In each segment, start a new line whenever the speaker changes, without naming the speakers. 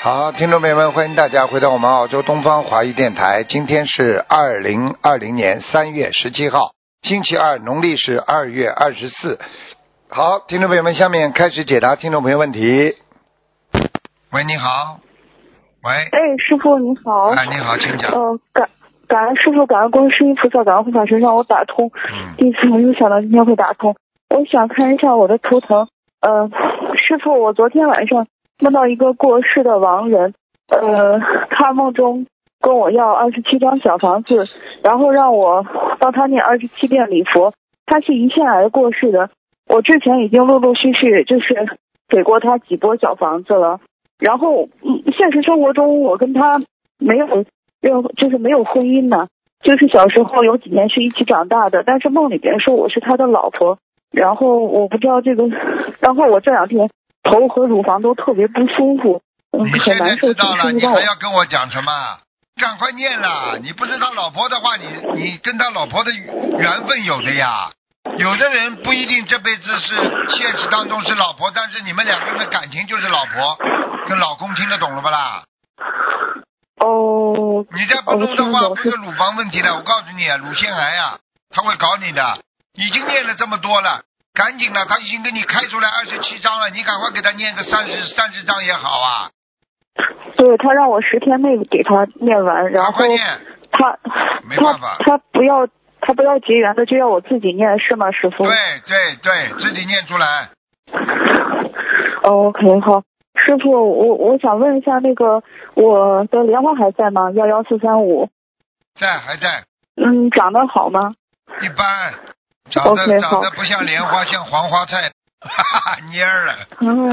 好，听众朋友们，欢迎大家回到我们澳洲东方华语电台。今天是二零二零年三月十七号，星期二，农历是二月二十四。好，听众朋友们，下面开始解答听众朋友问题。喂，你好。喂，
哎，师傅你好。
哎，你好，请讲。
呃，感感恩师傅，感恩观世音菩萨，感恩护法神让我打通。
嗯，
第一次没有想到今天会打通。我想看一下我的图腾。呃，师傅，我昨天晚上梦到一个过世的亡人，呃，他梦中跟我要二十七张小房子，然后让我帮他念二十七遍礼佛。他是胰腺癌过世的，我之前已经陆陆续续就是给过他几波小房子了。然后，嗯，现实生活中我跟他没有任何，就是没有婚姻呢。就是小时候有几年是一起长大的，但是梦里边说我是他的老婆，然后我不知道这个，然后我这两天头和乳房都特别不舒服，嗯，
你
很
现在
难
知
受，请
道了，
师
你
傅帮我
还要跟我讲什么？赶快念啦！
嗯
你不是他老婆的话，你你跟他老婆的缘分有的呀。有的人不一定这辈子是现实当中是老婆，但是你们两个人的感情就是老婆跟老公，听得懂了不啦？
哦，
你再不弄的话，
哦
不
听得懂
是乳房问题了。我告诉你，乳腺癌啊，他会搞你的。已经念了这么多了，赶紧了，他已经给你开出来二十七章了，你赶快给他念个三十三十章也好啊，
对他让我十天内给他念完，然
赶
后
快念。
他
没
他
办法
他不要他不要结缘的，就要我自己念是吗，师傅？
对对对，自己念出来。
哦 OK，好，师傅，我我想问一下，那个我的莲花还在吗？幺幺四三五，
在还在，
嗯，长得好吗？
一般，长得
OK，
长得
好
不像莲花，像黄花菜， 哈哈哈蔫儿了。
嗯，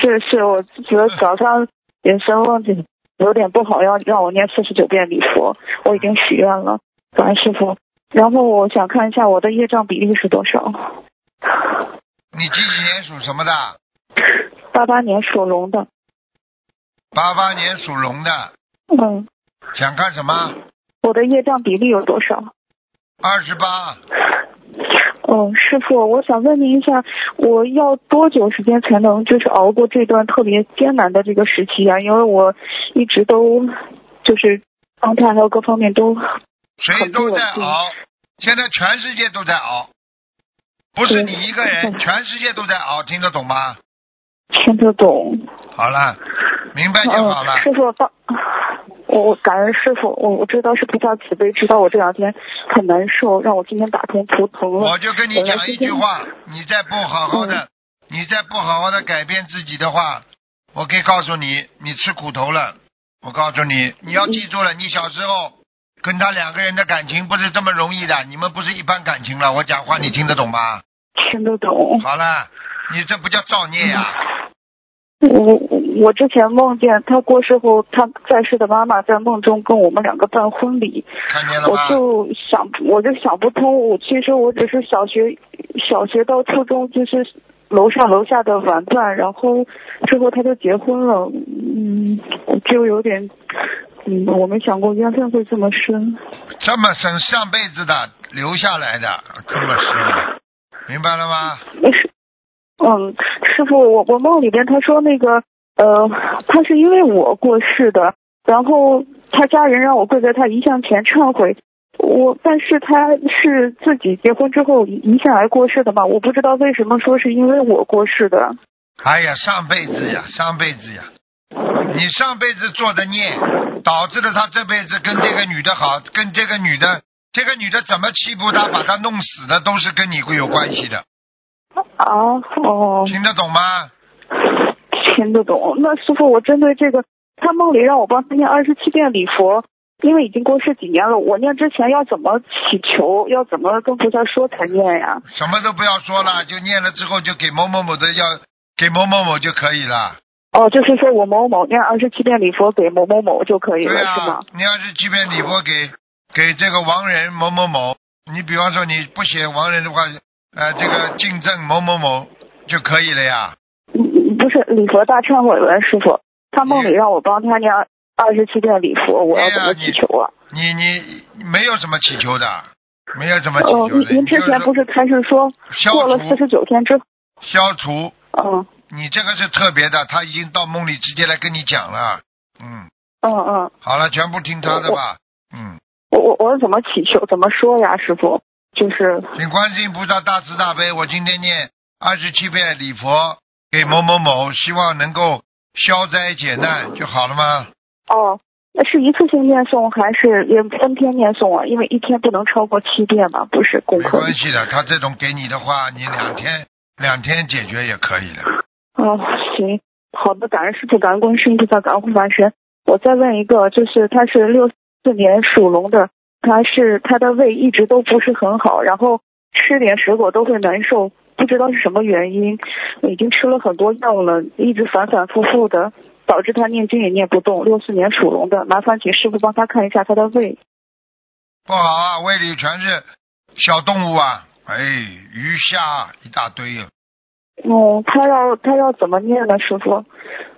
是是，我觉得早上人生问题有点不好，要让我念四十九遍礼佛，我已经许愿了，感恩师傅。然后我想看一下我的业障比例是多少？
你几几年属什么的？
八八年属龙的，
八八年属龙的，
嗯，
想看什么？
我的业障比例有多少？
二十八，
嗯，师傅，我想问您一下，我要多久时间才能就是熬过这段特别艰难的这个时期啊？因为我一直都就是状态还有各方面都
谁都在
很不稳定
熬，现在全世界都在熬，不是
对
你一个人，全世界都在熬，听得懂吗？
听得懂。
好了，明白就好了
嗯，。师傅帮，我我感恩师傅，我我知道是菩萨慈悲，知道我这两天很难受，让我今天打通图腾了
我。就跟你讲一句话，你再不好好的，你再不好好的改变自己的话，我可以告诉你，你吃苦头了。我告诉你，你要记住了，你小时候跟他两个人的感情不是这么容易的，你们不是一般感情了。我讲话你听得懂吗？
听得懂。
好了，你这不叫造孽呀、
我我之前梦见他过世后，他在世的妈妈在梦中跟我们两个办婚礼，
看见了
我
吗？
就想，我就想不通。我其实我只是小学，小学到初中就是楼上楼下的玩伴，然后之后他就结婚了。嗯，我就有点，嗯，我没想过缘分会这么深。
这么深，上辈子的留下来的，这么深，明白了吗？
是，嗯，师傅，我我梦里边他说那个，呃，他是因为我过世的，然后他家人让我跪在他遗像前忏悔。我，但是他是自己结婚之后遗腺癌过世的嘛？我不知道为什么说是因为我过世的。
哎呀，上辈子呀，上辈子呀，你上辈子做的孽，导致了他这辈子跟这个女的好，跟这个女的，这个女的怎么欺负他，把他弄死的，都是跟你会有关系的，
啊，哦，
听得懂吗？
听得懂。那师傅，我针对这个，他梦里让我帮他念二十七遍礼佛，因为已经过世几年了，我念之前要怎么祈求，要怎么跟菩萨说才念呀？
什么都不要说了，就念了之后就给某某某的要给某某某就可以了。
哦，就是说我某某念二十七遍礼佛给某某某就可以了，
对
是
啊
吗？，
你要是即便礼佛给给这个亡人某某某，你比方说你不写亡人的话，呃，这个敬赠某某某就可以了呀。
嗯，不是礼佛大忏悔文，师傅，他梦里让我帮他念二十七遍礼佛，我要怎么祈求啊？
嗯哎你你没有什么祈求的，没有什么祈
哦，
求
您
的。
您
你就
之前不是开始说
消
过了四
除
十九天之后，
消除
嗯，
你这个是特别的，他已经到梦里直接来跟你讲了。嗯，
嗯嗯，
好了，全部听他的吧。嗯，
我我我怎么祈求，怎么说呀，师傅？就是
请观世音菩萨大慈大悲，我今天念二十七遍礼佛给某某某，希望能够消灾解难就好了吗？
哦，那是一次性念诵还是也分天念诵啊？因为一天不能超过七遍嘛，不是功
没
课。
关系的，他这种给你的话，你两天两天解决也可以的。
哦，行，好的，感恩师傅，感恩观世音菩萨，感恩护法神。我再问一个，就是他是六四年属龙的，他是他的胃一直都不是很好，然后吃点水果都会难受，不知道是什么原因，已经吃了很多药了，一直反反复复的，导致他念经也念不动。六四年属龙的，麻烦请师傅帮他看一下他的胃。
不好啊，胃里全是小动物啊，哎，鱼虾一大堆啊。
嗯，他要他要怎么念呢，师傅？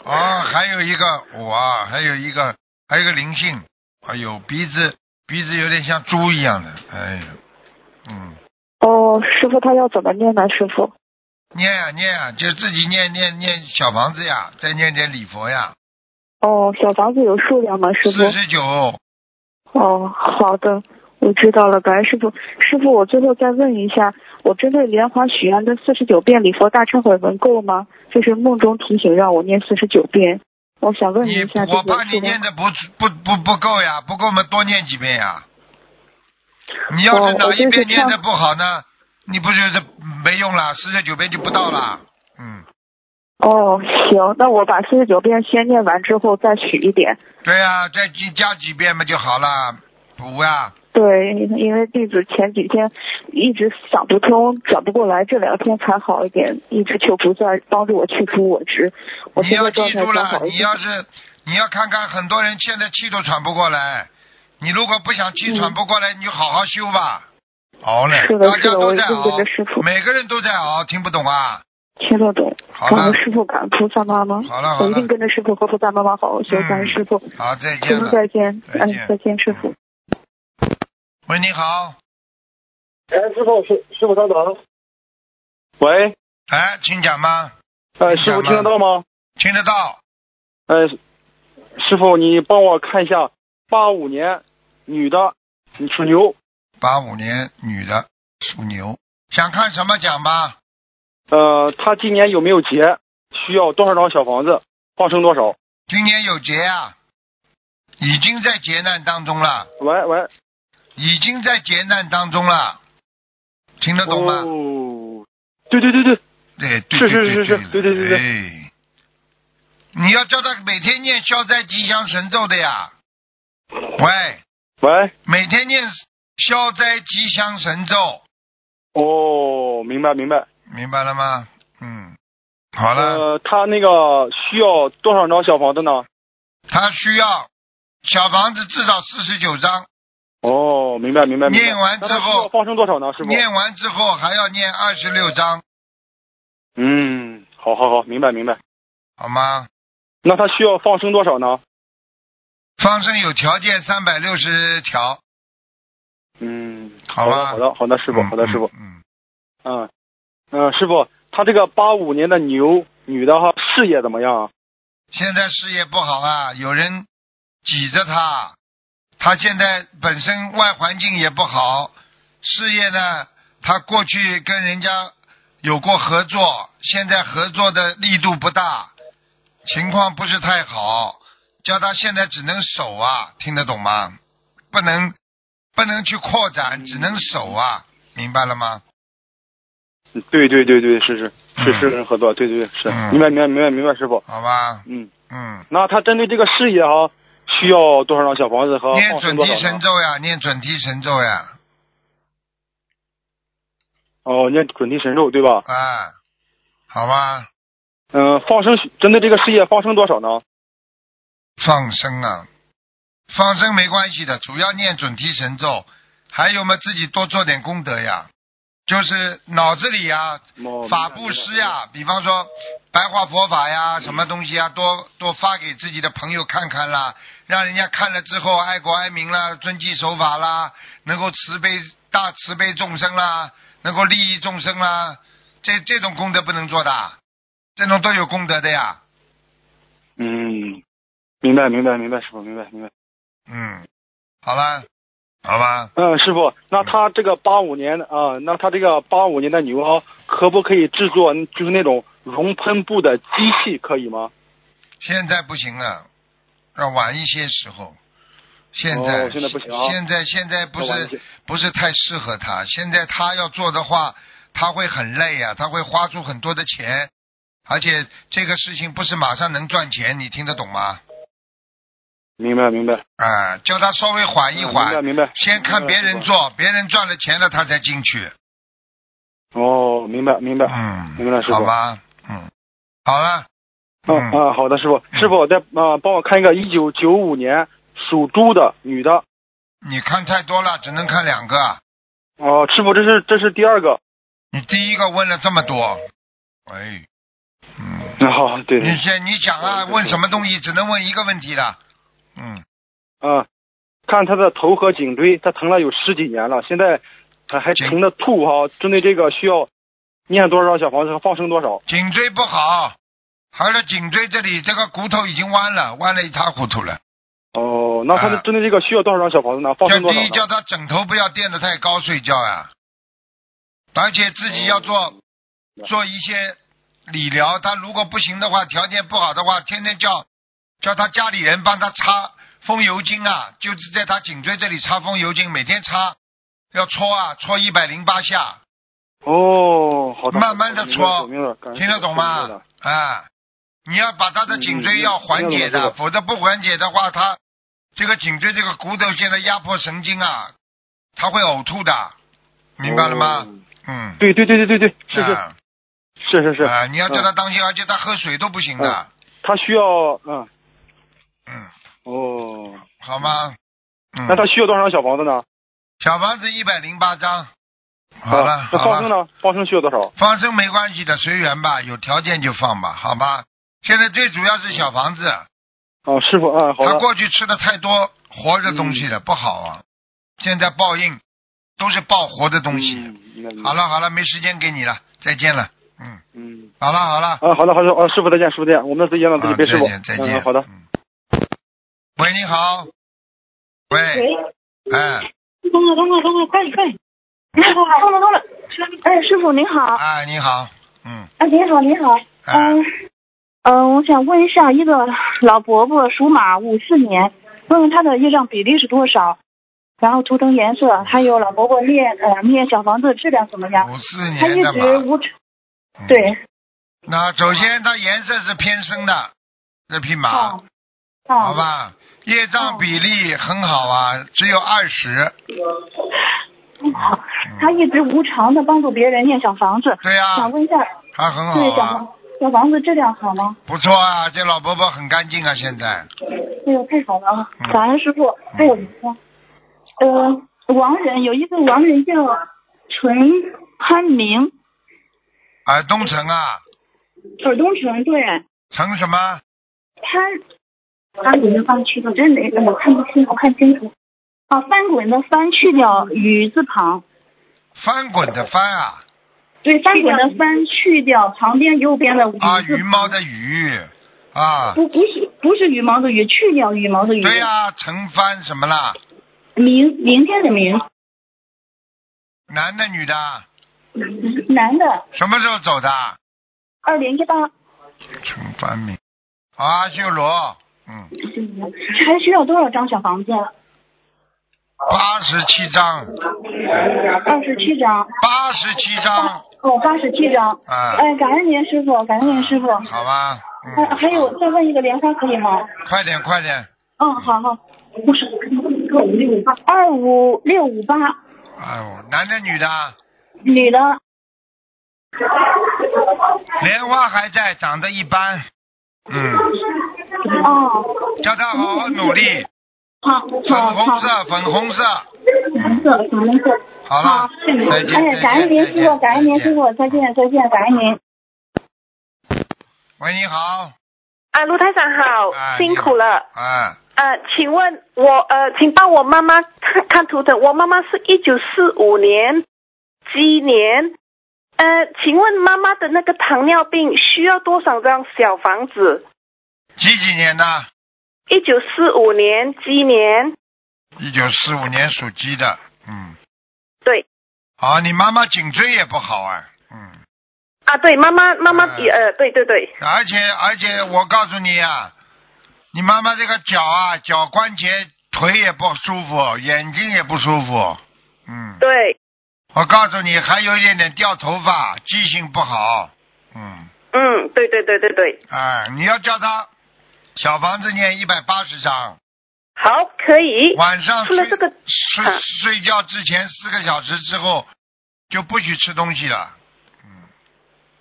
啊，还有一个哇，还有一个，还有一个灵性，哎呦，鼻子鼻子有点像猪一样的，哎呦，嗯，
哦，师傅他要怎么念呢，师傅？
念啊念啊，就自己念念念小房子呀，再念点礼佛呀，
哦，小房子有数量吗，师傅？
四十九，
哦，好的，我知道了，感恩师傅。师傅，我最后再问一下，我针对莲花许愿的四十九遍礼佛大忏悔文够吗？这是梦中提醒让我念四十九遍，我想问
你
一下，
我怕
这
你
个
念的不不不不够呀，不够我们多念几遍呀。你要是
哦
哪
我
一
就是
遍念
上
的不好呢，你不就是没用了，四十九遍就不到了，嗯。
哦，行，那我把四十九遍先念完之后再许一点。
对呀、再几加几遍嘛就好了，补呀、
对，因为弟子前几天一直想不通，转不过来，这两天才好一点，一直求菩萨帮助我去除我执。我
你
现
要
在状
记
态
住
刚
了，
好一
你
点。
要是你要看看，很多人现在气都喘不过来。你如果不想气
嗯
喘不过来，你就好好修吧。熬嘞，
是的
大
是
家
的
都
我
在
一定跟
熬
着师，傅
每个人都在熬，听不懂啊？
听得懂。
好
感
了
恩，师傅，感恩菩萨妈妈。
好了好了
我一定跟着师傅和菩萨妈妈好好修
嗯。
感恩师傅，
好，再
师
见
傅
了。
再见。
再
嗯
见，
再见，师傅。
喂，你好，
哎，师傅，师师傅稍等。喂，
哎，请讲吗？
呃，师傅听得到吗？
听得到？
呃，师傅，你帮我看一下，八五年女的，你属牛，
八五年女的，属牛，想看什么讲吧？
呃，她今年有没有结？需要多少张小房子？放生多少？
今年有劫啊，已经在劫难当中了。
喂喂，
已经在劫难当中了，听得懂吗？
哦，对对对对，
对对
是
对
是是是
对
对对对对
哎你要叫他每天念消灾吉祥神咒的呀。喂，
喂，
每天念消灾吉祥神咒，
哦，明白明白。
明白了吗？嗯，好了，
呃，她那个需要多少张小房子呢？
他需要小房子至少四十九张，
哦，明白明白明白。
念完之
那她需要
后
放生多少呢，师傅？
念完之后还要念二十六张，
嗯，好好好，明白明白。
好吗？
那他需要放生多少呢？
放生有条件三百六十条，
嗯，
好
的
吧？
好的，好的，师傅，
嗯
好的，师傅，，
嗯，
嗯，嗯，师傅，他这个八五年的牛女的哈，事业怎么样啊？
现在事业不好啊，有人挤着他，他现在本身外环境也不好，事业呢，他过去跟人家有过合作，现在合作的力度不大，情况不是太好，叫他现在只能守啊，听得懂吗？不能不能去扩展，只能守啊，明白了吗？
嗯对对对对，是是是
嗯
是跟人合作，对对对是
嗯，
明白明白明白明白，师傅，
好吧，
嗯，
嗯，
那他针对这个事业哈，需要多少张小房子和
念
放生
准
多
提
少
神
呢？
咒呀，念准提神咒呀，
哦，念准提神咒对吧？
啊，好吧，
嗯，放生针对这个事业放生多少呢？哦
放生啊，放生没关系的，主要念准提神咒，还有嘛自己多做点功德呀，就是脑子里呀，
哦
法布施，呀，比方说白话佛法呀，什么东西啊，多多发给自己的朋友看看啦，让人家看了之后爱国爱民啦，遵纪守法啦，能够慈悲大慈悲众生啦，能够利益众生啦，这这种功德不能做的啊，这种都有功德的呀。
嗯，明白明白明白，师傅明白明白。
嗯，好了，好吧，
嗯，师傅，那他这个八五年的啊、那他这个八五年的女娆可不可以制作就是那种熔喷布的机器，可以吗？
现在不行了，要晚一些时候。现在、
哦现在不行啊
现在现在不
要晚一些
是不是太适合他。现在他要做的话，他会很累啊，他会花出很多的钱，而且这个事情不是马上能赚钱，你听得懂吗？
明白明白，
啊、叫他稍微缓一
嗯
缓，
明白明白。
先看别人做，别人赚了钱了他才进去。
哦，明白明白。
嗯，
明白师傅
好吧，嗯，好了，
嗯
嗯
啊，好的，师傅，师傅再啊、帮我看一个一九九五年属猪的女的。
你看太多了，只能看两个。啊
哦，师傅，这是这是第二个。
你第一个问了这么多，哎，嗯，
嗯好，对，
你先你讲啊，
嗯
问什么东西只能问一个问题的，嗯，
啊，看她的头和颈椎，她疼了有十几年了，现在她还
颈
疼的吐哈。针对这个需要念多少小房子和放生多少？
颈椎不好，还有颈椎这里这个骨头已经弯了，弯了一塌糊涂了。
哦，那她
啊
的针对这个需要多少张小房子呢？放
叫
生多少
第一
呢？
叫他枕头不要垫得太高睡觉呀、而且自己要做、做一些理疗。他如果不行的话，条件不好的话，天天叫叫他家里人帮他擦风油精啊，就是在他颈椎这里擦风油精，每天擦，要搓啊，搓一百零八下，
哦，好的，
慢慢地
明白了
搓
明白了感谢
听得懂吗
明白了？
啊，你要把他的颈
嗯
椎
嗯
要缓解
明白
的，
了明白了
否则不缓解的话，他这个颈椎这个骨头现在压迫神经啊，他会呕吐的，明白了吗？
哦
嗯，
对对对对对对，是是
啊
是是嗯是，
啊，你要叫他当心，而且他喝水都不行的，
她需要嗯
嗯，
哦，
好吗？嗯
那，她需要多少张小房子呢？
小房子一百零八张，好了
啊那
好
放生
了，
呢？放生需要多少？
放生没关系的，随缘吧，有条件就放吧，好吧？现在最主要是小房子，
啊，师傅，啊，好
他
的，嗯
过去吃的太多活着东西了，不好啊。现在报应都是报活的东西。
嗯
好，了好了，没时间给你了，再见了。嗯，
嗯，
好了好了，
啊，好的，好的，啊，师傅再见，师傅再见，我们再见了，自己
啊
别师
再
傅，
见再见。
嗯，好的，
嗯。喂，你好。喂，
喂，
哎
通了通了通了，快点快点！通了通了通了！哎，师傅您好，
哎，你好，嗯，
哎，您好您好，
哎，
嗯嗯，我想问一下，一个老伯伯属马，五四年，问问他的业障比例是多少，然后图腾颜色，还有老伯伯念呃念小房子质量怎么样？
五四
他
年
一
的嘛，
直无
嗯。
对
那首先它颜色是偏深的，这匹马，
啊啊，
好吧，业障比例很好啊，只有二十。
他一直无偿的帮助别人念小房子，
对呀、
想问一下，
他很
对
好
小
啊，
房小房子质量好吗？
不错啊，这老伯伯很干净啊，现在
哎呦，太好了啊
嗯！
感恩师傅。还有一个，呃，亡人有一个亡人叫陈潘明，
啊，东城啊，
尔东城对，
城什么？
潘翻滚的翻去掉，真没，我看不清，我看清楚。啊，翻滚的翻去掉雨字旁，
翻滚的翻啊，
对，翻滚的翻去掉旁边右边的雨字旁
啊，羽毛的羽啊，
不不是不是羽毛的羽，去掉羽毛的羽，
对呀、陈帆什么啦？
明明天的明，
男的女的？
男的，
什么时候走的？
二零一八，
陈帆明，阿修啊罗，嗯，
还需要多少张小房子？啊
八十七张，
二十七张。
八十七张
哦，八十七张。
啊，
哎，感恩您师傅，感恩您师傅。
好吧，
还、
嗯，
还有再问一个莲花可以吗？
快点快点，
嗯，好好。不是，二五六五八，二五六五八，
哎呦，男的啊女的？
女的。哦
莲花还在，长得一般，嗯。
哦，
叫他好好努力。
好，
粉
好，
红
好。
色，粉红色。
红色，粉红色。
好了，再见。
哎，感恩您
再见
师傅，感恩您师。傅，再见，再见，感恩您。
喂，你好。
啊，卢台长好，
哎
辛苦了。
哎，
呃，请问我呃，请帮我妈妈看看图腾。我妈妈是一九四五年鸡年，呃，请问妈妈的那个糖尿病需要多少张小房子？
几几年的？
一九四五年鸡年，
一九四五年属鸡的，嗯，
对
好，你妈妈颈椎也不好啊，嗯，
啊，对，妈妈妈妈、
嗯
呃，对对对，
而且而且我告诉你啊，你妈妈这个脚啊，脚关节、腿也不舒服，眼睛也不舒服，嗯，
对，
我告诉你，还有一点点掉头发，记性不好，嗯，
嗯，对对对对对，
哎，你要叫她小房子念一百八十章，
好，可以，
晚上
除了
睡
这个
睡
啊
睡觉之前四个小时之后就不许吃东西了，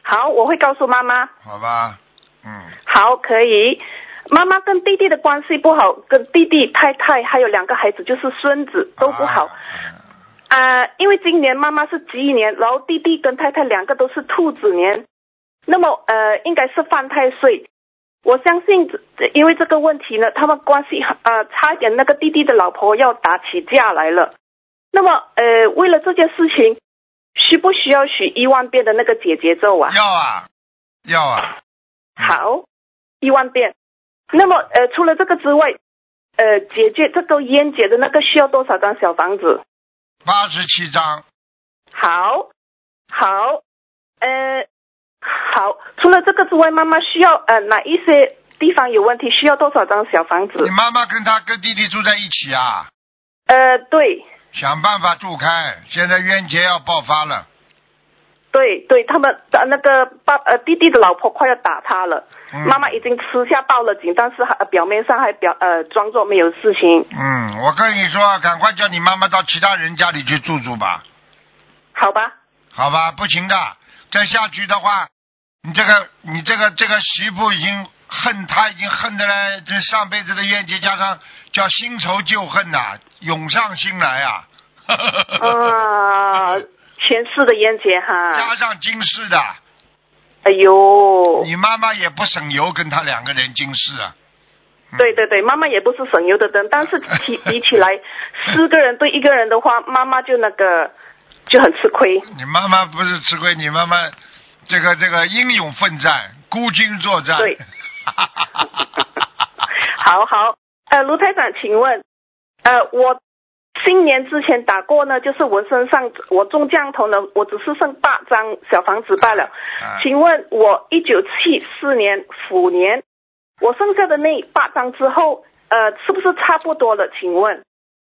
好，我会告诉妈妈，
好吧？嗯，
好，可以。妈妈跟弟弟的关系不好，跟弟弟、太太还有两个孩子，就是孙子都不好
啊。
啊、因为今年妈妈是鸡年，然后弟弟跟太太两个都是兔子年，那么呃，应该是犯太岁。我相信，呃因为这个问题呢，他们关系呃差一点，那个弟弟的老婆要打起架来了。那么呃，为了这件事情，需不需要许一万遍的那个姐姐咒啊？
要啊，要啊，
好，一万遍。那么呃，除了这个之外，呃，解决这个烟姐的那个需要多少张小房子？
八十七章，
好，好，呃，好。除了这个之外，妈妈需要呃哪一些地方有问题？需要多少张小房子
你？妈妈跟她跟弟弟住在一起啊，
呃，对，
想办法住开。现在冤结要爆发了，
对，对，他们的那个爸呃弟弟的老婆快要打他了，
嗯
妈妈已经吃下报了警，但是还、呃表面上还表呃装作没有事情。
嗯，我跟你说啊，赶快叫你妈妈到其他人家里去住住吧，
好吧，
好吧？不行的，再下去的话，你这个你这个这个媳妇已经恨她已经恨的嘞，这上辈子的冤结加上叫新仇旧恨呐、涌上心来啊。
啊、前世的烟姐哈
加，上今世的，
哎呦，
你妈妈也不省油，跟他两个人今世啊。嗯
对对对，妈妈也不是省油的灯，但是 提比起来，四个人对一个人的话，妈妈就那个就很 吃亏。
你妈妈不是吃亏，你妈妈这个这个英勇奋战，孤军作战。 啊
对。好好，呃，卢台长，请问，呃，我新年之前打过呢，就是纹身上我中降头呢，我只是剩八张小房子罢了。
啊
请问，我一九七四年虎年，我剩下的那八张之后，呃，是不是差不多了？请问，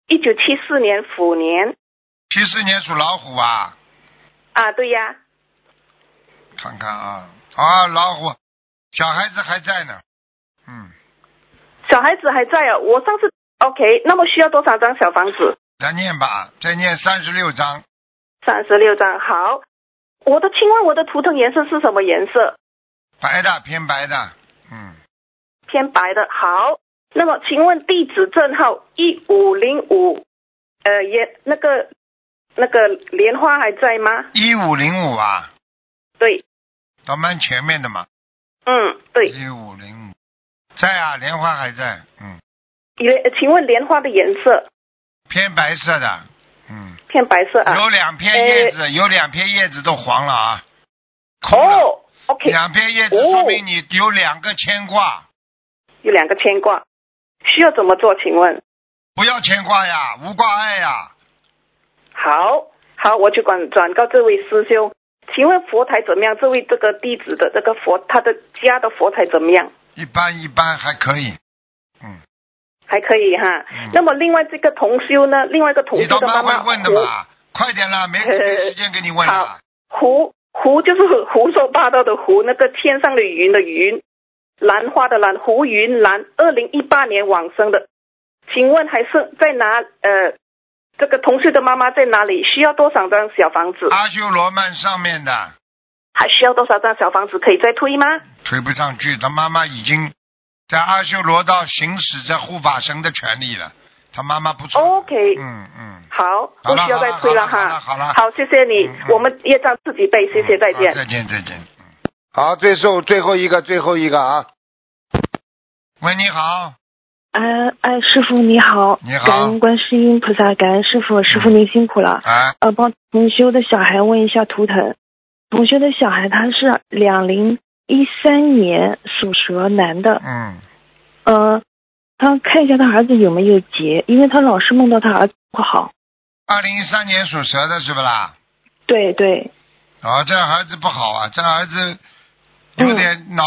一九七四年虎年
七四年属老虎啊，
啊，对呀，
看看啊啊，老虎，小孩子还在呢。嗯，
小孩子还在啊。我上次 OK，那么需要多少张小房子？
再念吧，再念三十六章，
三十六张，好。我的，请问我的图腾颜色是什么颜色？
白的偏白的。嗯，
偏白的，好。那么，请问地址证号一五零五，呃，也那个那个莲花还在吗？
一五零五啊，
对，
倒蛮前面的嘛。
嗯，对。
一五零五，在啊，莲花还在。嗯，
莲，请问莲花的颜色
偏白色的。嗯。
偏白色啊？
有两片叶子，有两片叶子都黄了啊，空了。
哦，OK，
两片叶子
哦
说明你有两个牵挂，
有两个牵挂，需要怎么做？请问？
不要牵挂呀，无挂碍呀。
好好，我就转转告这位师兄，请问佛台怎么样？这位这个弟子的这个佛，他的家的佛台怎么样？
一般一般还可以，嗯，
还可以哈。
嗯
那么另外这个同修呢？另外一个同
你
修
倒
的妈
蛮
妈
会问的嘛，快点啦，没
嘿嘿嘿
没时间给你问了
好。胡胡就是胡说八道的胡，那个天上的云的云，兰花的兰，胡云兰，二零一八年往生的，请问还剩在哪？呃，这个同修的妈妈在哪里？需要多少张小房子？
阿修罗曼上面的
还需要多少张小房子？可以再推吗？
推不上去，他妈妈已经在阿修罗道行使着护法神的权利了，他妈
哦
妈不错的。
OK
嗯嗯，
好，
好
不
了
需要再推
好了
哈。
好了好了
谢谢你
嗯，嗯
我们业障自己背，谢谢，再见
好。再见再见。嗯
好，最后最后一个，最后一个啊，
喂，你好，
哎哎，师傅你好，
你好嗯
感恩观世音菩萨，感恩师傅，师傅您辛苦了。
哎，
呃，帮同修的小孩问一下图腾，
同学的小孩他是两零一三年属蛇男的，
嗯，
呃，他看一下他儿子有没有结，因为他老是梦到他儿子不好。
二零一三年属蛇的是不啦？
对对，
哦，这儿子不好啊，这儿子有点脑、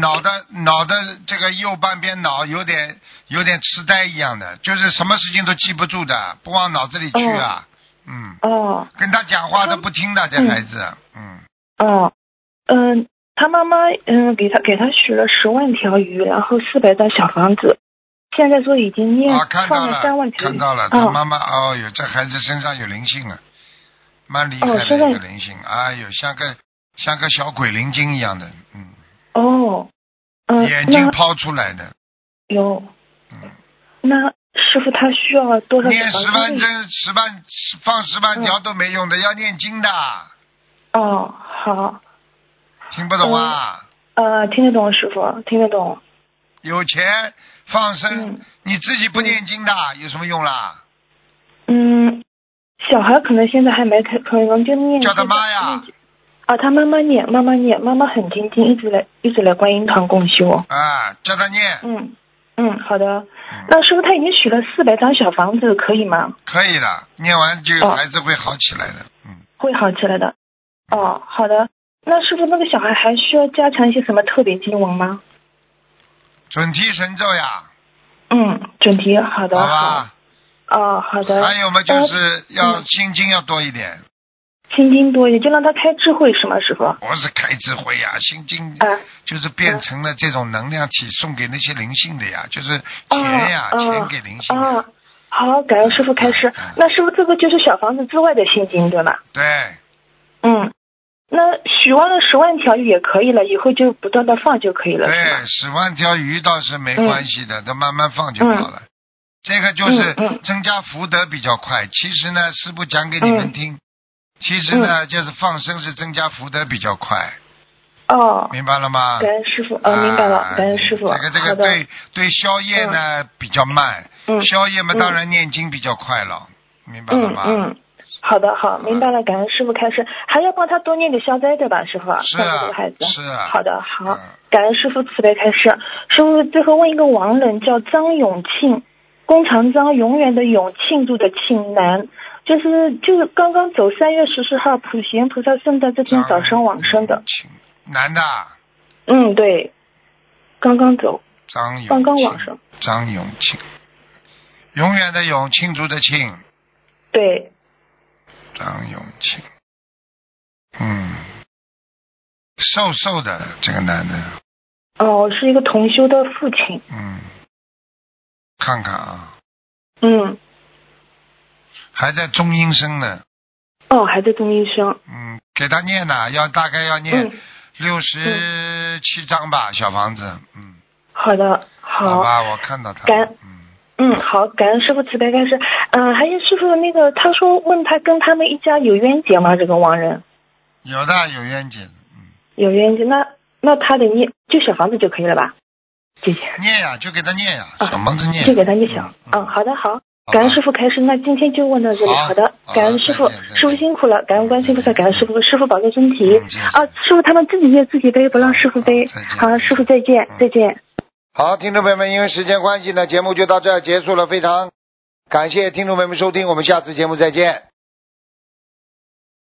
脑的脑的这个右半边脑有点有点痴呆一样的，就是什么事情都记不住的，不往脑子里去啊。嗯，
哦，
跟他讲话都不听的，这孩子，嗯，
哦，嗯、他妈妈嗯、给他给他许了十万条鱼，然后四百张小房子，现在说已经念、
啊，看到
放了
了
三万，条
看
鱼，
到了，他
哦
妈妈，哦哟，这孩子身上有灵性啊，蛮厉害
哦
的
身上
一个灵性，哎呦，像个像个小鬼灵精一样的，嗯，
哦，嗯、
眼睛
那
抛出来的，
有，
嗯。
那师傅他需要多少
念
小
十
房
万
子？嗯
针，十万放十万条都没用的，要念经的，
哦，好，
听不懂啊？
呃，听得懂师傅，听得懂，
有钱放生
嗯，
你自己不念经的有什么用啦？
嗯，小孩可能现在还没太可能就念
叫他
这个
妈呀！
啊，他妈妈念，妈妈念，妈妈很精进，一直来一直来观音堂共修。
啊，叫他念，
嗯嗯，好的。那师傅他已经许了四百张小房子，可以吗？
可以的，念完这个
哦
孩子会好起来的。嗯，
会好起来的。哦，好的。那师傅那个小孩还需要加强一些什么特别经文吗？
准提神咒呀，
嗯，准提好的。
好吧。
哦，好的。
还有嘛，就是要
嗯
心经要多一点。
心经多一点，就让他开智慧是吗，师傅？啊，
我是开智慧呀，心经就是变成了这种能量体，送给那些灵性的呀，就是钱呀，
哦
钱给灵性
啊
的。，
好，感恩师傅开示
嗯。
那师傅这个就是小房子之外的心经对吗？
对，
嗯，那许完了十万条鱼也可以了，以后就不断的放就可以了，是吗？
对，十万条鱼倒是没关系的，它慢慢放就好了。这个就是
嗯嗯
增加福德比较快。其实呢，师傅讲给你们听，其实呢、
嗯
就是放生是增加福德比较快，
哦，
明白了吗？
感恩师傅，哦，明白了
啊，
感恩师傅。
这个这
好
个
的，
对对消业呢、比较慢，
嗯
消业嘛
嗯
当然念经比较快了，明白了
嗯
吗？
嗯，好的好，明白了，感恩师傅开示，还要帮他多念点消灾对吧，师傅？
是
帮助
啊
嗯这个孩子。
是啊
好的好
嗯，
感恩师傅慈悲开示。师傅最后问一个亡人叫张永庆，弓长张，永远的永，庆祝的庆南。就是就是刚刚走三月十四号普贤菩萨圣诞这天早上往生的，
亲男的啊
嗯，对，刚刚走，
张永
刚刚往
庆
生，
张永庆，永远的永，庆祝的庆。
对，
张永庆，嗯，瘦瘦的这个男的，
哦，是一个同修的父亲，
嗯，看看啊，
嗯，
还在中阴身呢，
哦，还在中医生，
嗯，给他念呐，要大概要念
嗯，
六十七章吧，小房子，嗯，
好的，
好
好，
吧，我看到他了
感，
嗯，
嗯，好，感恩师傅慈悲开示，嗯、还有师傅那个，他说问他跟他们一家有冤结吗？这个亡人
有的有冤结的，嗯，
有冤结，那那他得念就小房子就可以了吧？谢谢，
念呀，就给他念呀，
啊
小房子念，
就给他念小，
嗯
嗯，好的，
好
好。
吧
感恩师傅开示，那今天就问到这里。
好
好的，感恩师
好
傅
再见再，见嗯
师傅辛苦了，感恩观世音菩萨，感恩师傅，师傅保重身体
嗯谢谢。
啊，师傅他们自己业自己背，不让师傅背
好再见。
好，师傅再见
嗯，
再见。
好，听众朋友们，因为时间关系呢，节目就到这儿结束了。非常感谢听众朋友们收听，我们下次节目再见。